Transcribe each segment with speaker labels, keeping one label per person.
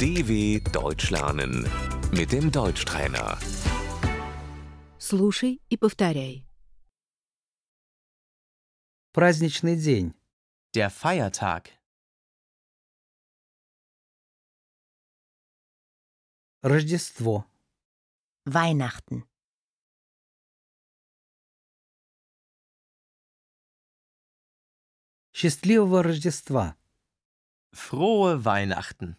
Speaker 1: DW Deutsch lernen mit dem Deutschtrainer.
Speaker 2: Слушай и повторяй.
Speaker 3: Праздничный день.
Speaker 4: Der Feiertag.
Speaker 3: Рождество.
Speaker 2: Weihnachten.
Speaker 3: Счастливого Рождества.
Speaker 4: Frohe Weihnachten.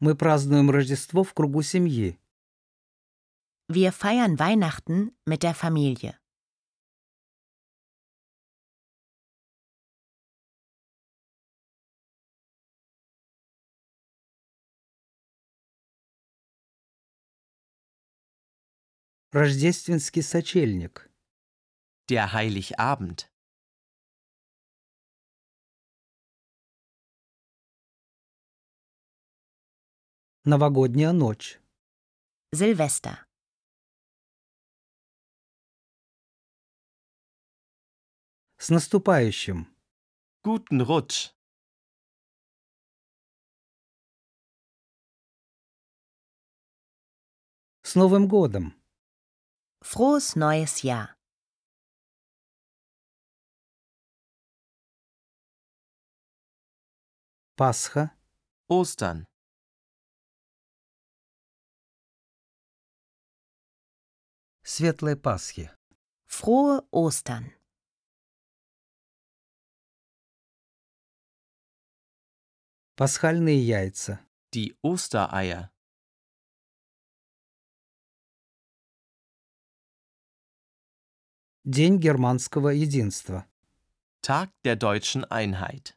Speaker 3: Мы празднуем Рождество в кругу семьи.
Speaker 2: Wir feiern Weihnachten mit der Familie.
Speaker 3: Рождественский сочельник.
Speaker 4: Der Heiligabend.
Speaker 3: Новогодняя ночь.
Speaker 2: Silvester.
Speaker 3: С наступающим.
Speaker 4: Guten Rutsch.
Speaker 3: С Новым годом.
Speaker 2: Frohes neues Jahr.
Speaker 3: Пасха.
Speaker 4: Ostern.
Speaker 3: Светлой Пасхи.
Speaker 2: Frohe Ostern.
Speaker 3: Пасхальные яйца.
Speaker 4: Die Ostereier.
Speaker 3: День германского единства.
Speaker 4: Tag der deutschen Einheit.